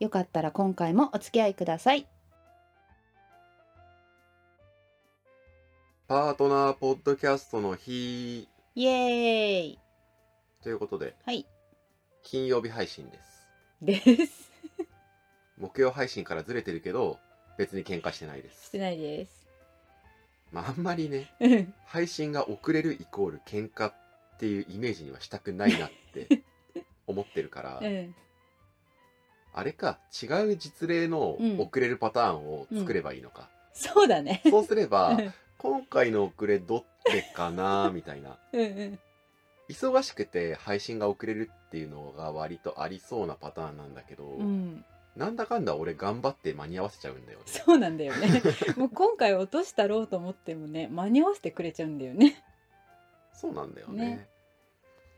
よかったら今回もお付き合いくださいパートナーポッドキャストの日イエーイということではい金曜日配信ですです木曜配信からずれてるけど別に喧嘩してないでしすてないですまああんまりねうん配信が遅れるイコール喧嘩っていうイメージにはしたくないなって 思ってるから、うんあれか違う実例のうん遅れるパターンを作ればいい のか、そうだねそうすればうん今回の遅れどれかなみたいなうんうん忙しくて配信が遅れるっていうのが割とありそうなパターンなんだけど、うんなんだかんだ俺頑張って間に合わせちゃうんだよねそうなんだよ ねもう今回落としたろうと思ってもね間に合わせてくれちゃうんだよねそうなんだよねね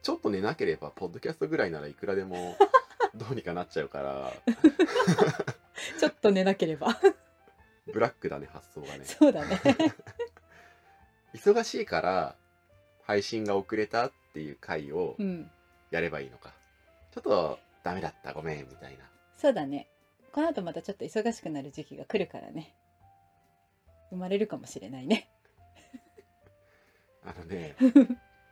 ちょっと寝なければポッドキャストぐらいならいくらで もどうにかなっちゃうからちょっと寝なけ ればブラックだね発想がねそうだね忙しいから配信が遅れたっていう回をうんやればいいのか、ちょっとダメだったごめんみたいなそうだねこの後またちょっと忙しくなる時期が来るからね生まれるかもしれないねあ のね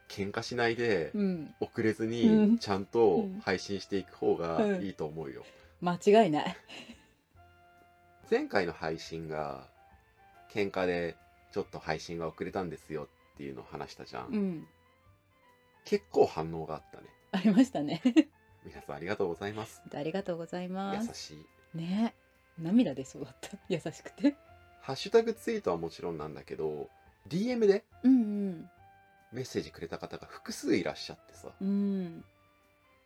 喧嘩しないでうん遅れずうにんちゃんとうん配信していく方がうんいいと思うよ、間違いない前回の配信が喧嘩でちょっと配信が遅れたんですよっていうのを話したじゃん、うん結構反応があったねありましたね皆さんありがとうございます ありがとうございま優す。しいね、涙出そうだった。優しくて。ハッシュタグツイートはもちろんなんだけど DM でうんメッセージくれた方が複数いらっしゃってさうん。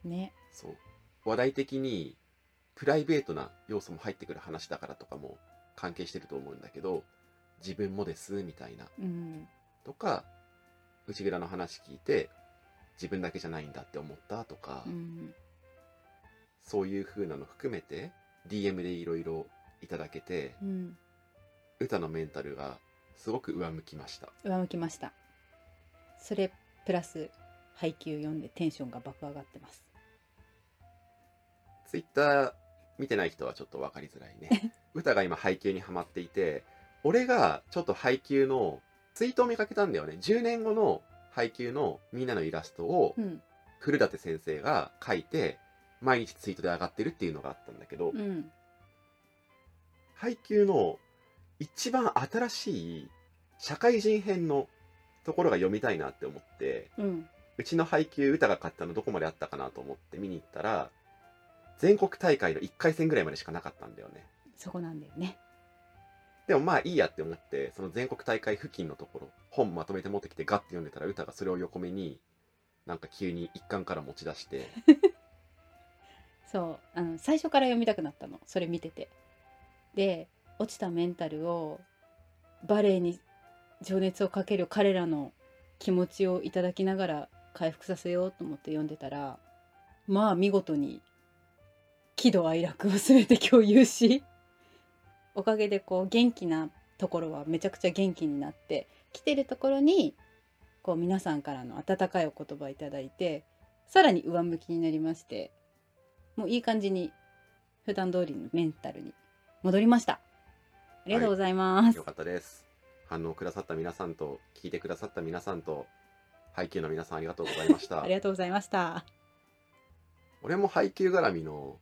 うん。ね。そう話題的にプライベートな要素も入ってくる話だからとかも関係してると思うんだけど自分もですみたいなうん。とか内蔵の話聞いて自分だけじゃないんだって思ったとか、うん。そういう風なの含めて DM でいろいろいただけてうん。歌のメンタルがすごく上向きました上向きました。それプラス配給読んでテンションが爆上がってます。 Twitter 見てない人はちょっと分かりづらい ね歌が今配給にハマっていて俺がちょっと配給のツイートを見かけたんだよね10年後の配給のみんなのイラストをうん。古舘先生が書いて毎日ツイートで上がってるっていうのがあったんだけど、うん。配給の一番新しい社会人編のところが読みたいなって思ってうん。うちの配給歌が買ったのどこまであったかなと思って見に行ったら全国大会の1回戦ぐらいまでしかなかったんだよねそこなんだよね。でもまあいいやって思ってその全国大会付近のところ本まとめて持ってきてガッて読んでたら歌がそれを横目になんか急に一巻から持ち出してそう。あの最初から読みたくなったの。それ見てて。で、落ちたメンタルをバレエに情熱をかける彼らの気持ちをいただきながら回復させようと思って読んでたらまあ見事に喜怒哀楽を全て共有しおかげでこう元気なところはめちゃくちゃ元気になって来てるところにこう皆さんからの温かいお言葉いただいてさらに上向きになりましてもういい感じに普段通りのメンタルに戻りました。ありがとうございます。よかったです反応くださった皆さんと聞いてくださった皆さんと配給の皆さんありがとうございましたありがとうございました。俺も配給絡みの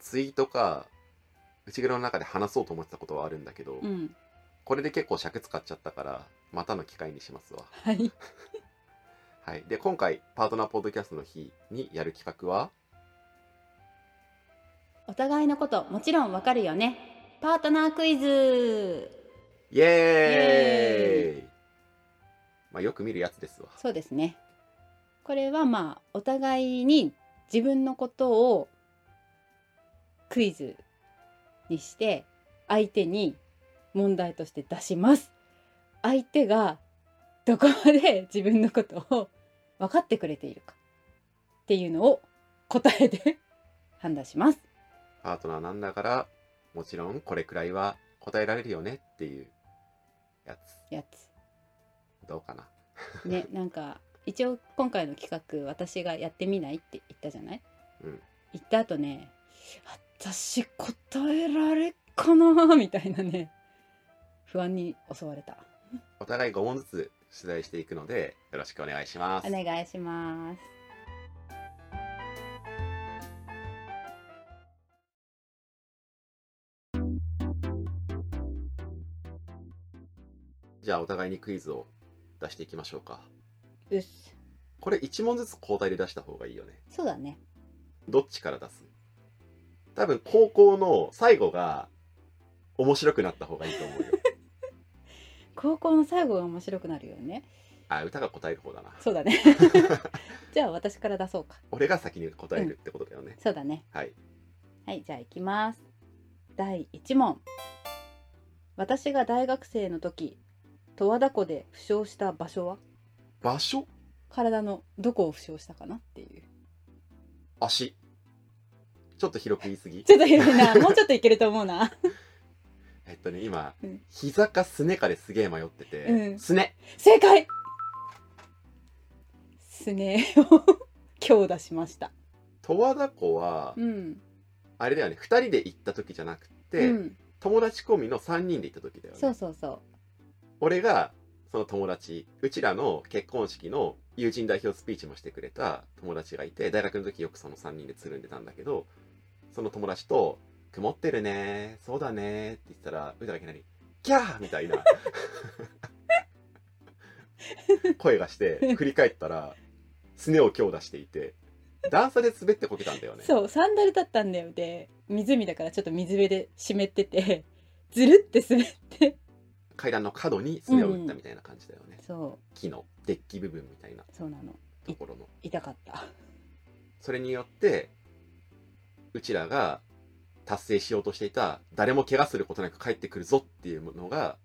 ツイートか内蔵の中で話そうと思ってたことはあるんだけど、うん、これで結構尺使っちゃったからまたの機会にしますわはい、はいで今回パートナーポッドキャストの日にやる企画は お互いのこともちろんわかるよね。パートナークイズ。イエーイイまあよく見るやつですわそうですね。これはまあお互いに自分のことをクイズにして相手に問題として出します相手がどこまで 自分のことを分かってくれているかっていうのを答えで判断しますパートナーなんだからもちろんこれくらいは答えられるよねっていうやつやつどうかな ねなんか一応今回の企画私がやってみないって言ったじゃない、うん言った後ね私答えられっかなみたいなね不安に襲われたお互い5問ずつ出題していくのでよろしくお願いしますお願いしますじゃあお互いにクイズを出していきましょうかうっすこれ1問ずつ交代で出した方がいいよねそうだねどっちから出す多分高校の最後が面白くなった方がいいと思 うよ高校の最後が面白くなるよねあ歌が答える方だなそうだ ねじゃあ私から出そうか俺が先に答えるってことだよね、そうだねはいはいじゃあ行きます第1問私が大学生の時十和田湖で負傷した場所は場所体のどこを負傷したかなっていう足ちょっと広く言い過ぎちょっと広い なもうちょっといけると思うな えっとね今、うん膝かすねかですげえ迷ってて、うんすね正解すねを強打しました十和田湖は、うんあれだよね2人で行った時じゃなくて、うん、友達込みの3人で行った時だよねそうそうそ俺がその友達うちらの結婚式の友人代表スピーチもしてくれた友達がいて大学の時よくその3人でつるんでたんだけどその友達と「曇ってるねそうだね」って言ったらうたがいきなり「ギャー!」み たいな声がして振り返ったらすねを強打していて段差で滑ってこけたんだようねそうサンダルだったんだよで湖だからちょっと水辺で湿っててずるって滑って階段の角にすねを打ったみたいな感じだよね、そ木のデッキ部分みたいなうそうなのところの痛かったそれによってうちらが達成しようとしていた誰も怪我することなく帰ってくるぞっていうのが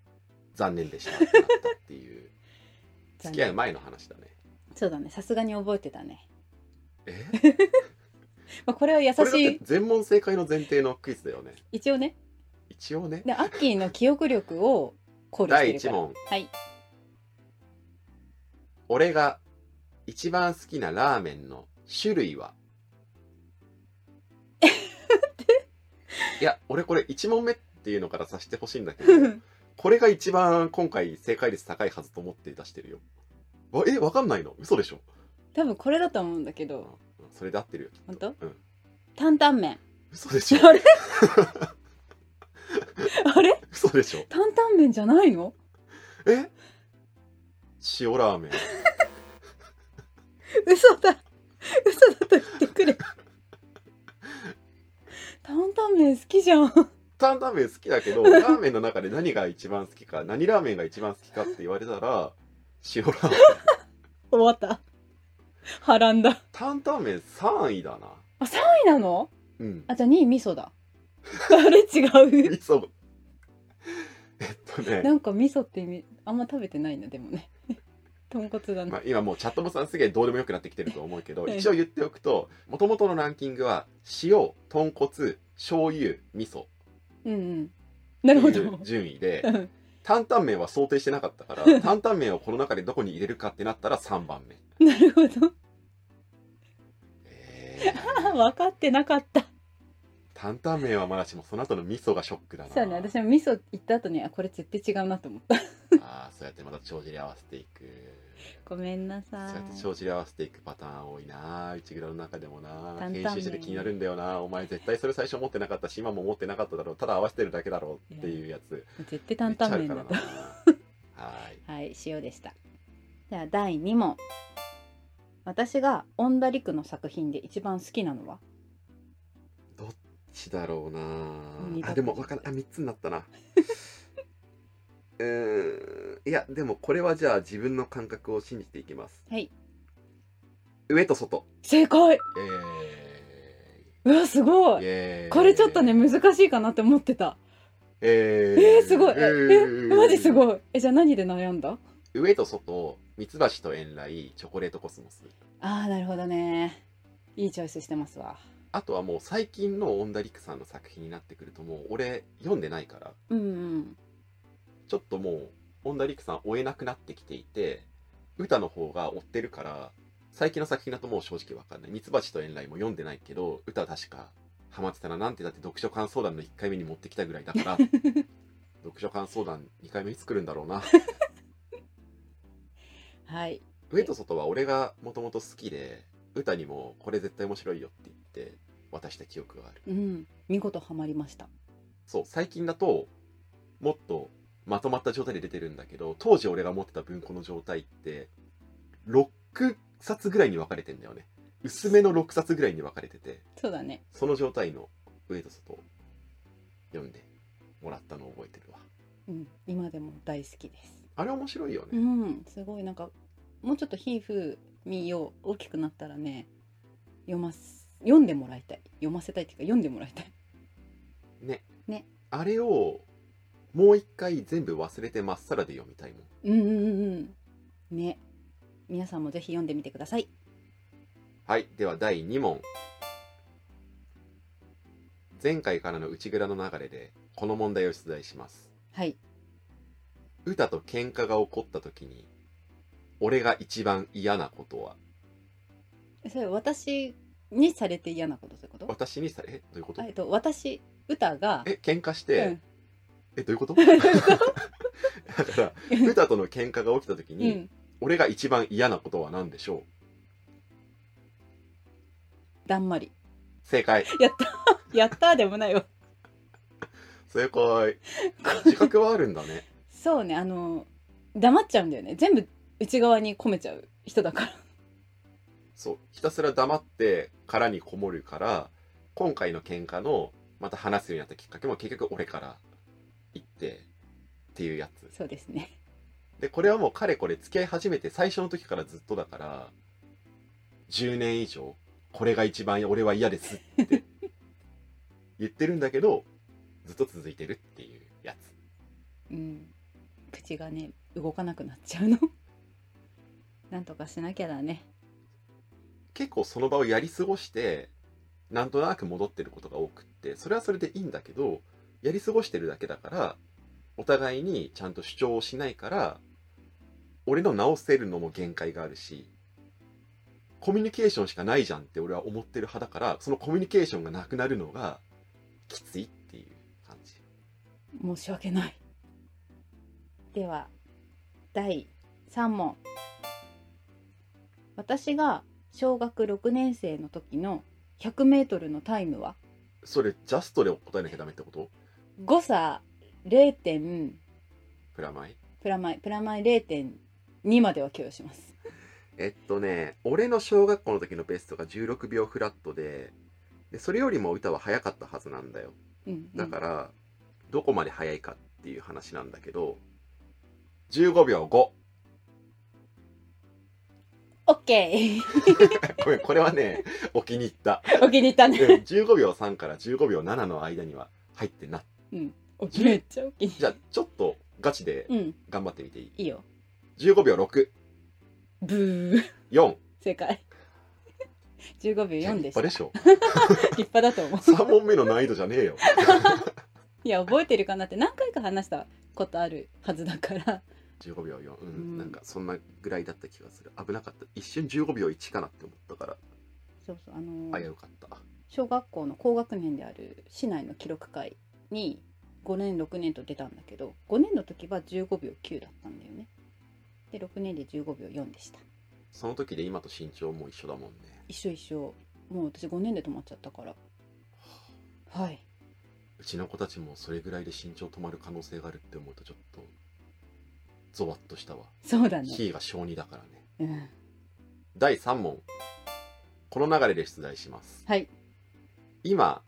残念でしたってなったっていう付き合う前の話だねそうだねさすがに覚えてたね、えまあ、これは優しこれだってい全問正解の前提のクイズだよね一応ね一応ねでアッキーの記憶力を考慮して第るか1ら問はい俺が一番好きなラーメンの種類はいや俺これ1問目っていうのからさせてほしいんだけどこれが一番今回正解率高いはずと思って出してるよ。あえ、わかんないの嘘でしょ 多分これだと思うんだけどうんそれで合ってるよ。きっと本当、うん担々麺嘘でし ょあれあれ嘘でしょ担々麺じゃないのえ塩ラーメン。嘘だ嘘だと言ってくれ担々麺好きじゃん担々麺好きだ けど、ラーメンの中で何が一番好きか、何ラーメンが一番好きかって言われたら、塩ラーメン。終わったはらんだ担々麺3位だな。あ3位なの うん。あじゃあ2位味噌だあれ違う嘘。えっとなね、んか味噌って意味あんま食べてないなでもね豚骨だね、まあ、今もうチャットボさんすげえどうでもよくなってきてると思うけど、はい一応言っておくと、もともとのランキングは、塩、豚骨、醤油、味噌。うんうんなるほど っていう順位でうん担々麺は想定してなかったから 担々麺をこの中でどこに入れるかってなったら3番目なるほどえ あー分かってなかった担々麺はまだしもその後の味噌がショックだなそうね私も味噌行った後にあこれ絶対違うなと思ったあーそうやってまた帳尻合わせていくごめんなさそうやってい帳尻合わせていくパターン多いな内蔵の中でもな担々麺編集してて気になるんだよなお前絶対それ最初思ってなかったし今も思ってなかっただろうただ合わせてるだけだろうっていうやつ絶対担々麺だめっとちゃあるからなはいはい、塩でした。じゃあ第2問。私がオンダリクの作品で一番好きなのはちだろうな二択あでもわかんないあ3つにな ったなうーんいやでもこれはじゃあ自分の感覚を信じていきますはい。上と外正解えうわすごいえこれちょっとね難しいかなって思ってたええー、すごいえええマジすいごいえじゃあ何で悩んだ上と外ミツバチと遠雷チョコレートコスモスあーなるほどねいいチョイスしてますわあとはもう最近のオンダリックさんの作品になってくるともう俺読んでないからうんうんちょっともうオンダリックさん追えなくなってきていて歌の方が追ってるから最近の作品だともう正直わかんないミツバチと遠雷も読んでないけど歌は確かハマってたななんてだって読書感想談の1回目に持ってきたぐらいだから読書感想談2回目に作るんだろうなはい上と外は俺がもともと好きで歌にもこれ絶対面白いよって言って渡した記憶があるうん見事ハマりましたそう最近だともっとまとまった状態で出てるんだけど当時俺が持ってた文庫の状態って6冊ぐらいに分かれてんだよね薄めの6冊ぐらいに分かれててそうだねその状態の上と外を読んでもらったのを覚えてるわうん今でも大好きですあれ面白いよね、うんすごいなんかもうちょっとひふみよう大きくなったらね読ます読んでもらいたい読ませたいっていうか読んでもらいたいねねあれをもう一回全部忘れてまっさらで読みたいもんうんうんうんうんね皆さんもぜひ読んでみてくださいはい、では第2問。前回からの内蔵の流れで、この問題を出題します。はい歌と喧嘩が起こった時に、俺が一番嫌なことは、それ私にされて嫌なことそういうこと私にされ、え、どういうことあえっと私歌がえ、喧嘩しうて、んえ、どうい うことだから、歌との喧嘩が起きた時うに、ん俺が一番嫌なことは何でしょうだんまり正解。やったやった でもないよ正解。自覚はあるんだね。そうねあの黙っちゃうんだよね全部内側に込めちゃう人だからそうひたすら黙って殻にこもるから今回の喧嘩のまた話すようになったきっかけも結局俺から言ってっていうやつそうですねでこれはもうかれこれ付き合い始めて最初の時からずっとだから10年以上これが一番俺は嫌ですって言ってるんだけどずっと続いてるっていうやつうん、口がね動かなくなっちゃうの なんとかしなきゃだね結構その場をやり過ごしてなんとなく戻ってることが多くってそれはそれでいいんだけどやり過ごしてるだけだからお互いにちゃんと主張をしないから俺の直せるのも限界があるしコミュニケーションしかないじゃんって俺は思ってる派だからそのコミュニケーションがなくなるのがきついっていう感じ申し訳ないでは第3問私が小学6年生の時の 100m のタイムはそれジャストで答えなきゃダメってこと誤差0点プラマイプラマイプラマイ0.2までは許容しますえっとね、俺の小学校の時のベストが16秒フラットで、でそれよりも歌は早かったはずなんだよ。うん、うんだから、どこまで早いかっていう話なんだけど、15秒 5! オッケー ごめん、これはね、 お気に入った。お気に入ったうんね、 15秒3から15秒7の間には入ってな。うん、お気めっちゃお気に入っじゃあ、ちょっとガチでたうん頑張ってみていいいいよ ?15 秒6、ブー4。正解15秒4でした立派でしょ。立派だと思う3問目の難易度じゃねえよ。 いや覚えてるかなって何回か話したことあるはずだから15秒4、うんうんなんかそんなぐらいだった気がする危なかった一瞬15秒1かなって思ったから そうそうあの危うかった小学校の高学年である市内の記録会に5年6年と出たんだけど5年の時は15秒9だったんだよねで6年で15秒4でしたその時で今と身長も一緒だもんね一緒一緒もう私5年で止まっちゃったからはいうちの子たちもそれぐらいで身長止まる可能性があるって思うとちょっとゾワッとしたわそうだねヒーが小2だからねうん第3問この流れで出題しますはい今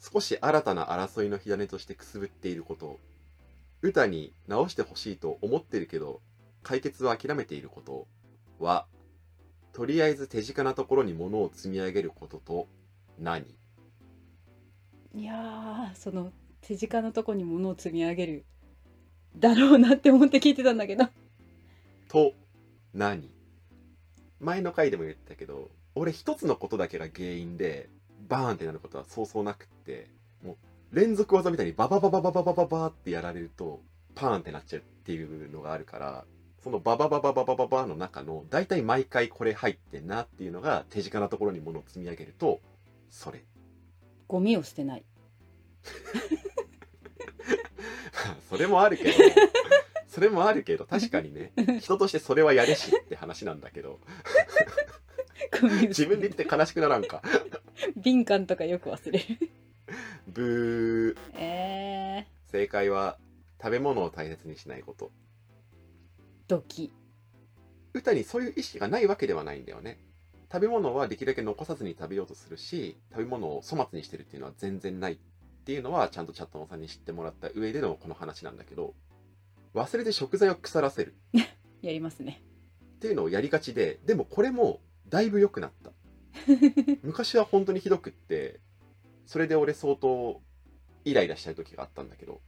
少し新たな争いの火種としてくすぶっていること歌に直してほしいと思ってるけど解決を諦めていることはとりあえず手近なところに物を積み上げることと何いやーその手近なとこに物を積み上げるだろうなって思って聞いてたんだけどと何前の回でも言ったけど俺一つのことだけが原因でバーンってなることはそうそうなくってもう連続技みたいにバババババババババってやられるとパーンってなっちゃうっていうのがあるからそのババババババババの中の大体毎回これ入ってんなっていうのが手近なところに物を積み上げるとそれゴミを捨てないそれもあるけどそれもあるけど確かにね人としてそれはやれしって話なんだけどゴミを自捨て分なでい言って悲しくならんか敏感とかよく忘れるブーえー、正解は食べ物を大切にしないことドキ歌にそういう意識がないわけではないんだよね食べ物はできるだけ残さずに食べようとするし食べ物を粗末にしてるっていうのは全然ないっていうのはちゃんとチャットのさんに知ってもらった上でのこの話なんだけど忘れて食材を腐らせるやりますねっていうのをやりがちででもこれもだいぶ良くなった昔は本当にひどくってそれで俺相当イライラした時があったんだけど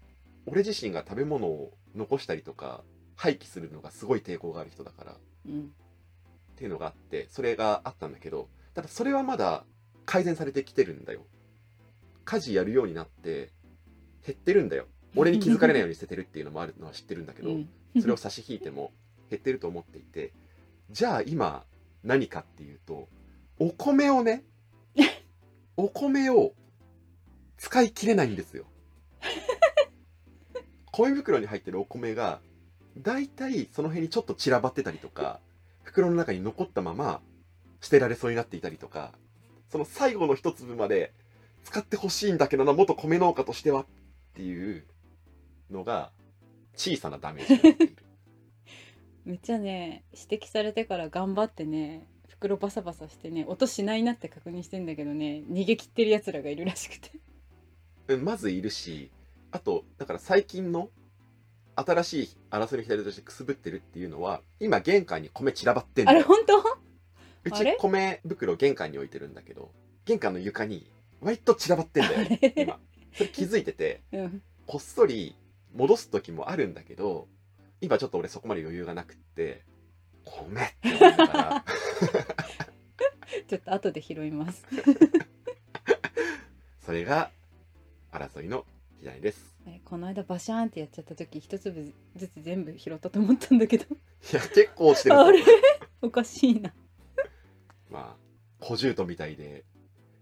俺自身が食べ物を残したりとか廃棄するのがすごい抵抗がある人だからうんっていうのがあってそれがあったんだけどただそれはまだ改善されてきてるんだよ家事やるようになって減ってるんだよ俺に気づかれないように捨ててるっていうのもあるのは知ってるんだけうど、んそれを差し引いても減ってると思っていてじゃあ今何かっていうとお米 をねお米を使い切れないんですよ米袋に入ってるお米がだいたいその辺にちょっと散らばってたりとか袋の中に残ったまま捨てられそうになっていたりとかその最後の一粒まで使ってほしいんだけどな元米農家としてはっていうのが小さなダメージになっているめっちゃね指摘されてから頑張ってね袋バサバサしてね音しないなって確認してんだけどね逃げ切ってるやつらがいるらしくてうんまずいるしあとだから最近の新しい争いの左としてくすぶってるっていうのは今玄関に米散らばってんあだれよ本当うあちれ米袋玄関に置いてるんだけど玄関の床に割と散らばってんだよあれ今それ気づいてて うんこっそり戻す時もあるんだけど今ちょっと俺そこまで余裕がなくって米って思いながらちょっと後で拾いますそれが争いの左ですあれこの間バシャーンってやっちゃった時一粒ずつ全部拾ったと思ったんだけどいや結構落ちてるぞあれ おかしいなまあ小獣とみたいで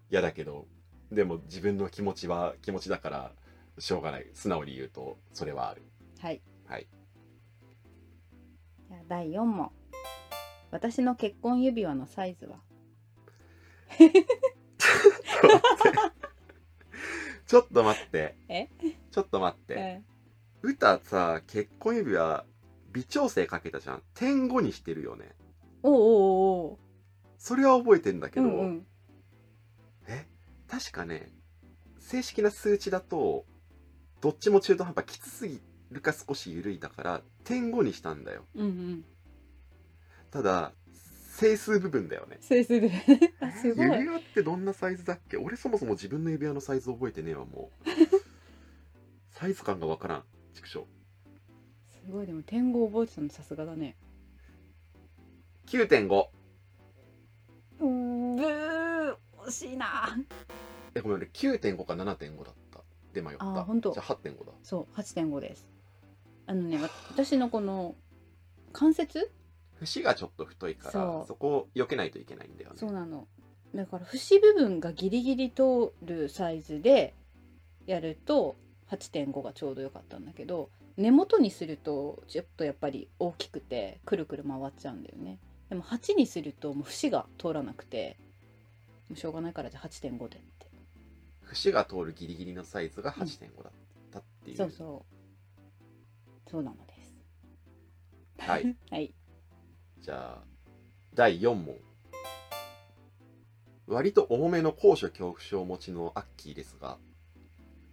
嫌だけどでも自分の気持ちは気持ちだからしょうがない素直に言うとそれはあるはいはいじゃあ第4問私の結婚指輪のサイズはちょっと待ってえちょっと待ってえ歌さ結婚指輪微調整かけたじゃん点5にしてるよねおうおうおうおうそれは覚えてんだけうど、んうんえ確かね正式な数値だとどっちも中途半端きつすぎるか少し緩いだから点5にしたんだようんうんただ整数部分だよねそうですねあす ごい指輪ってどんなサイズだっけ俺そもそも自分の指輪のサイズ覚えてねえわも うサイズ感がわからん畜生すごいでも点語覚えてたのさすがだね9.5うーブー惜しいなえごめん俺9.5か7.5だったで迷ったあーほんとじゃあ8.5だそう8.5ですあのねわ私のこの関節節がちょっと太いからそそうこを避けないといけないんだよねそうなのだから節部分がギリギリ通るサイズでやると8.5がちょうど良かったんだけど根元にするとちょっとやっぱり大きくてくるくる回っちゃうんだよねでも8にするともう節が通らなくてもうしょうがないからじゃあ8.5でって節が通るギリギリのサイズが8.5だったっていう、そうそうそうなのですはいはいじゃあ第4問割と重めの高所恐怖症を持ちのアッキーですが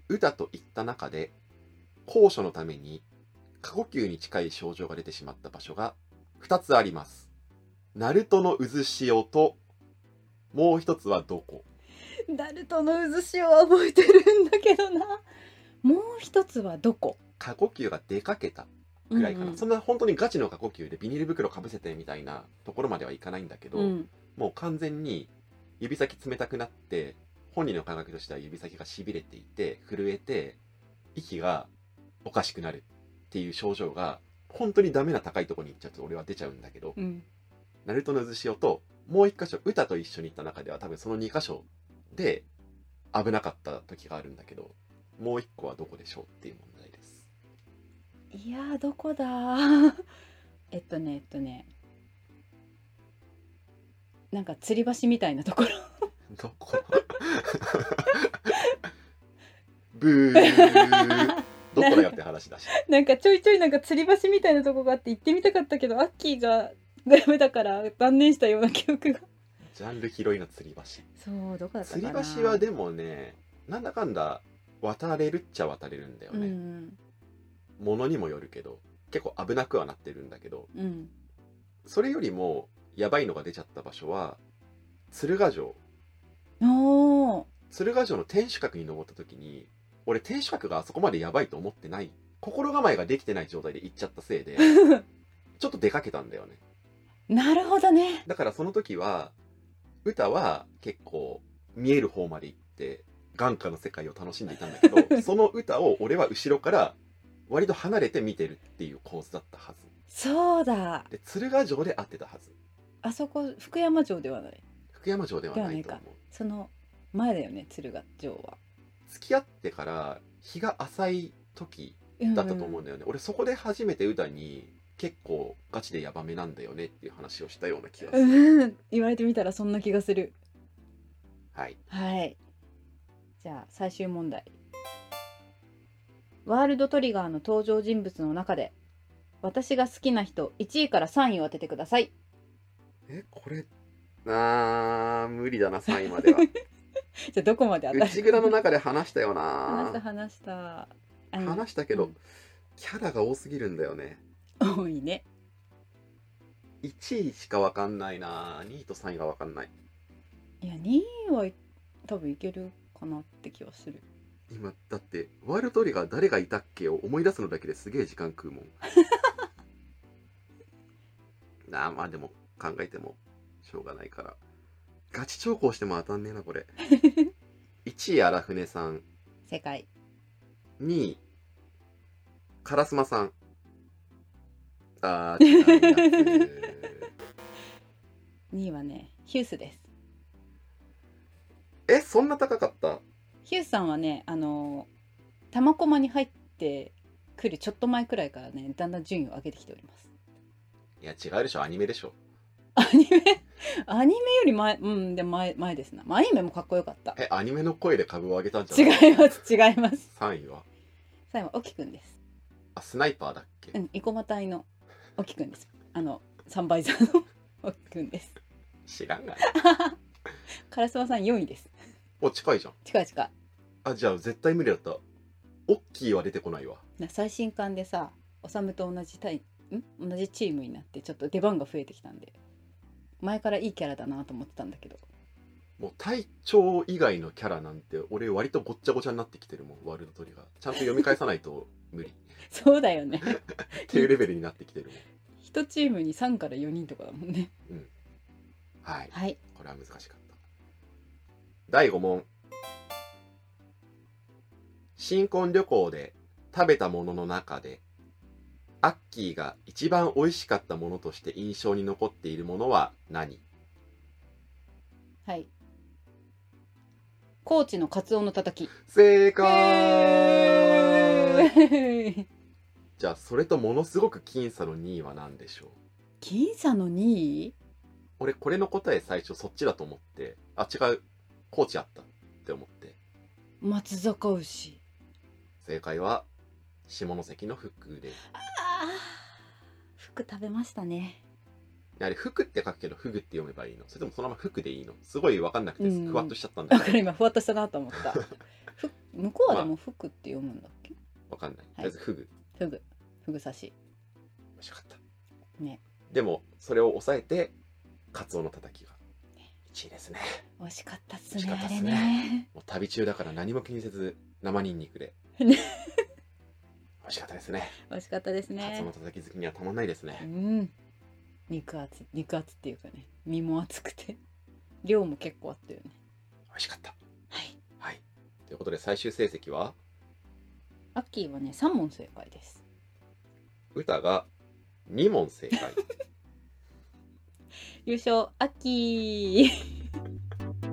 歌と言った中で高所のために過呼吸に近い症状が出てしまった場所が2つありますナルトの渦潮ともう一つはどこダルトの渦潮は覚えてるんだけどなもう一つはどこ過呼吸が出かけたぐらいかな、うんうんそんな本当にガチの過呼吸でビニール袋かぶせてみたいなところまではいかないんだけど、うんもう完全に指先冷たくなって本人の感覚としては指先がしびれていて震えて息がおかしくなるっていう症状が本当にダメな高いところにちょっと俺は出ちゃうんだけど、うんナルトの渦潮ともう一箇所歌と一緒に行った中では多分その2箇所で危なかった時があるんだけどもう一個はどこでしょうっていう問題です いやーどこだ ーえっとねえっとねなんか吊り橋みたいなところどこ ブー どこだよって話だしなんかちょいちょいなんか吊り橋みたいなとこがあって行ってみたかったけどアッキーがダメだから断念したような記憶がジャンル広いの吊り橋そうどこだった吊かなり橋はでもねなんだかんだ渡れるっちゃ渡れるんだようんうね、んものにもよるけど結構危なくはなってるんだけどうんそれよりもやばいのが出ちゃった場所は鶴ヶ城おー鶴ヶ城の天守閣に登った時に俺天守閣があそこまでやばいと思ってない心構えができてない状態で行っちゃったせいで ちょっと出かけたんだよねなるほどねだからその時は歌は結構見える方まで行って眼下の世界を楽しんでいたんだけ どその歌を俺は後ろから割と離れて見てるっていう構図だったはずそうだで鶴ヶ城で会ってたはずあそこ福山城ではない福山城ではないとでは思なうその前だよね鶴ヶ城は、付き合ってから日が浅い時うんだったと思うんだよね、俺そこで初めて歌に結構ガチでヤバめなんだよねっていう話をしたような気がする、うん言われてみたらそんな気がするはいはいじゃあ最終問題ワールドトリガーの登場人物の中で私が好きな人1位から3位を当ててくださいえこれあー無理だな3位までは じゃあどこまで当た内蔵の中で話したよ話したな話したあの話したけど、うんキャラが多すぎるんだよね多いね1位しかわかんないな2位と3位がわかんないいや2位はい多分いけるかなって気はする今だってワイルドトリガー誰がいたっけを思い出すのだけですげえ時間食うもん なあまあでも考えてもしょうがないからガチ調校しても当たんねえな これ1位荒船さん正解2位烏丸さんあ ー違うや2位はねヒュースですつえそんな高かったヒューさんはねあの玉駒に入ってくるちょっと前くらいからねだんだん順位を上げてきておりますいや違うでしょアニメでしょアニメ アニメより前うんでも前前ですな、まあアニメもかっこよかったえアニメの声で株を上げたんじゃ違ないます違います3位は最後は沖くんですあスナイパーだっけうん生駒隊の沖くんですあのサンバイザーの沖くんです知らんがな烏丸さん4位ですお近いじゃん近い近いあじゃあ絶対無理だったオッキーは出てこないわな最新刊でさおさむと同じタイん同じチームになってちょっと出番が増えてきたんで前からいいキャラだなと思ってたんだけどもう隊長以外のキャラなんて俺割とごっちゃごちゃになってきてるもんワールドトリガーちゃんと読み返さないと無理そうだよねっていうレベルになってきてるもん一チームに3から4人とかだもんねはいはいこれは難しかった第5問新婚旅行で食べたものの中でアッキーが一番美味しかったものとして印象に残っているものは何はい高知のカツオのたたき正解、へーじゃあそれとものすごく僅差の2位は何でしょう 僅差の2位俺これの答え最初そっちだと思ってあ違うコーチあったって思って松坂牛正解は下関の福ですあー服食べましたねあれ福って書くけどフグって読めばいいのそれともそのまま福でいいのすごい分かんなくてうんふわっとしちゃったんだだけかどら今ふわっとしたなと思 ったふ向こうはでも服って読むんだっけ分かんないとりあえずフグふぐふぐ刺し面白かったねでもそれを抑えてカツオのたたきが1位ですね惜しかったっす惜しねかったあっれすね ねもう旅中だから何も気にせず生ニンニクで美ね味しかったですね惜しかったです初のねたたき好きにはたまんないですうね、ん肉厚肉厚っていうかね身も厚くて量も結構あったよね美味しかったはいはいということで最終成績はアッキーはね3問正解です歌が2問 正解優勝アッキー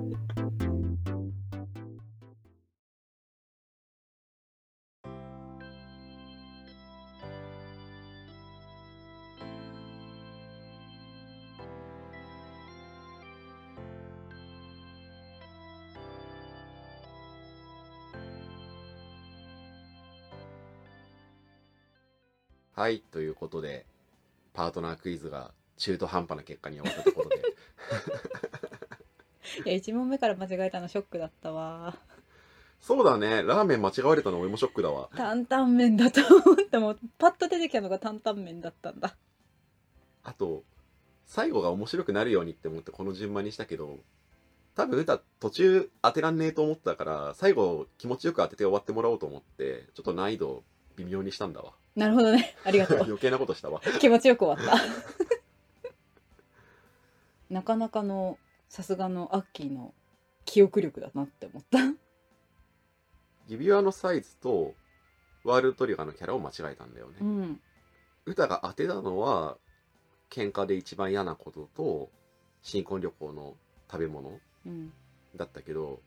はいということでパートナークイズが中途半端な結果に終わったところで いや1問目から間違えたのショックだったわそうだねラーメン間違われたの俺もショックだわ担々麺だと思ったもうパッと出てきたのが担々麺だったんだあと最後が面白くなるようにって思ってこの順番にしたけど多分歌途中当てらんねえと思ったから最後気持ちよく当てて終わってもらおうと思ってちょっと難易度微妙にしたんだわなるほどねありがと う余計なことしたわ気持ちよく終わったなかなかのさすがのアッキーの記憶力だなって思った指輪のサイズとワールドトリガーのキャラを間違えたんだよね、うん歌が当てたのは喧嘩で一番嫌なことと新婚旅行の食べ物うんだったけど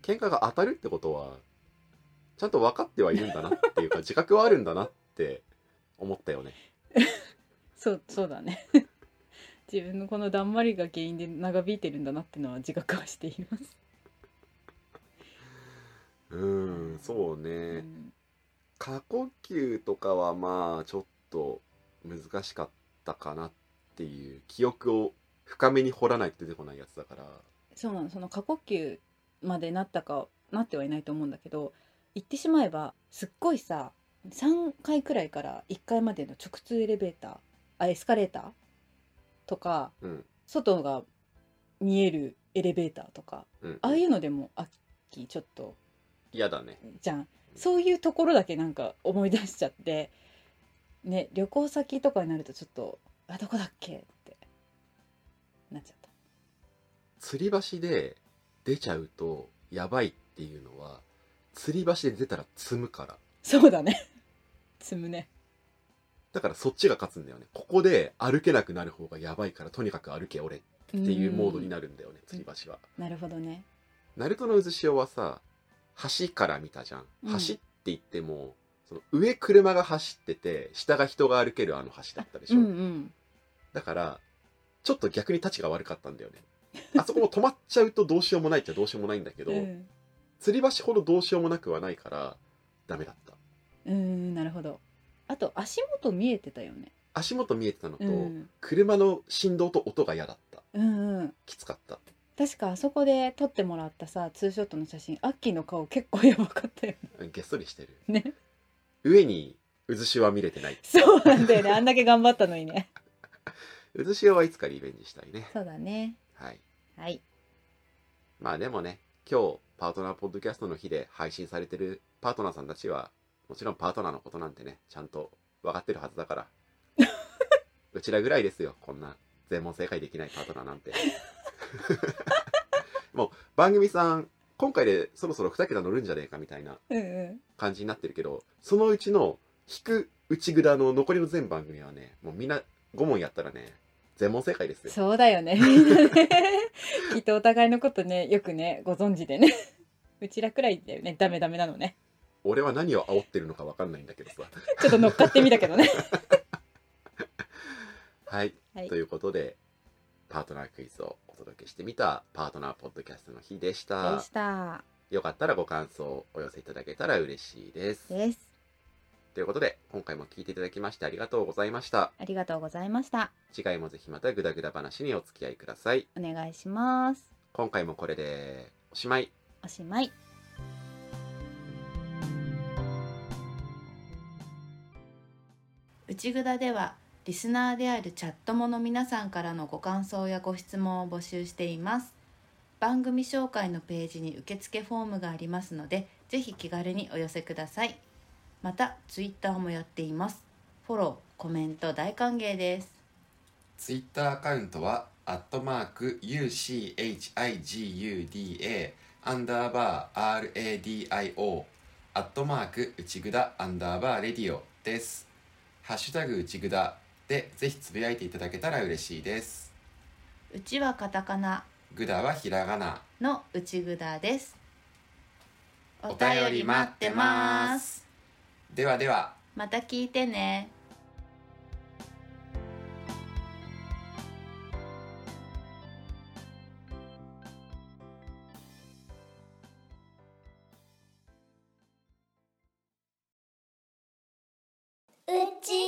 喧嘩が当たるってことはちゃんと分かってはいるんだなって いうか自覚はあるんだなって思ったよねそうそうだね 自分のこのだんまりが原因で長引いてるんだなってのは自覚はしています、うーんそううねん過呼吸とかはまあちょっと難しかったかなっていう記憶を深めに掘らないと出てこないやつだからそうなのその過呼吸までなったかなってはいないと思うんだけど言ってしまえばすっごいさ3階くらいから1階までの直通エレベーターあエスカレーターとかうん外が見えるエレベーターとかうんああいうのでもアッキーちょっと嫌だねじゃんそういうところだけなんか思い出しちゃってね旅行先とかになるとちょっとあどこだっけってなっちゃった吊り橋で出ちゃうとやばいっていうのは吊り橋で出たら積むからそうだね つむねだからそっちが勝つんだよねここで歩けなくなる方がやばいからとにかく歩け俺っていうモードになるんだよね吊り橋はなるほどねナルトの渦潮はさ橋から見たじゃんうん橋って言っても、その上車が走ってて下が人が歩けるあの橋だったでしうょ、んうんだからちょっと逆に立ちが悪かったんだよねあそこも止まっちゃうとどうしようもないっちゃどうしようもないんだけど、うん吊り橋ほどどうしようもなくはないからダメだったうんなるほどあと足元見えてたよね足元見えてたのと、うん車の振動と音が嫌だったうんうんきつかった確かあそこで撮ってもらったさツーショットの写真アッキーの顔結構やばかったよねげっそりしてるね上に渦潮は見れてない そうなんだよね あんだけ頑張ったのにね渦潮はいつかリベンジしたいねそうだねはいはいまあでもね今日パートナーポッドキャストの日で配信されてるパートナーさんたちはもちろんパートナーのことなんてねちゃんと分かってるはずだから うちらぐらいですよこんな全問正解できないパートナーなんて もう番組さん今回でそろそろ2桁乗るんじゃねえかみたいなうんうん感じになってるけどそのうちの引く内札の残りの全番組はねもうみんな5問やったらね全問正解ですよそうだよ ね。みんなねきっとお互いのことね、よくね、ご存知でね。うちらくらいだよね、ダメダメなのね。俺は何を煽ってるのか分かんないんだけど さちょっと乗っかってみたけどね。はい、はいということでパートナークイズをお届けしてみたパートナーポッドキャストの日でしたた。よかったらご感想をお寄せいただけたら嬉しいですです。ということで今回も聞いていただきましてありがとうございましたありがとうございました。次回もぜひまたグダグダ話にお付き合いくださいお願いします。今回もこれでおしまいおしまい。内ぐだではリスナーであるチャットもの皆さんからのご感想やご質問を募集しています番組紹介のページに受付フォームがありますのでぜひ気軽にお寄せくださいまたツイッターもやっていますフォローコメント大歓迎ですツイッターアカウントは、アットマーク UCHIGUDA アンダーバー RADIO アットマーク内ぐだアンダーバーレディオです。ハッシュタグ内ぐだでぜひつぶやいていただけたら嬉しいです。うちはカタカナぐだはひらがな。の内ぐだですお便り待ってますではでは。また聞いてねうち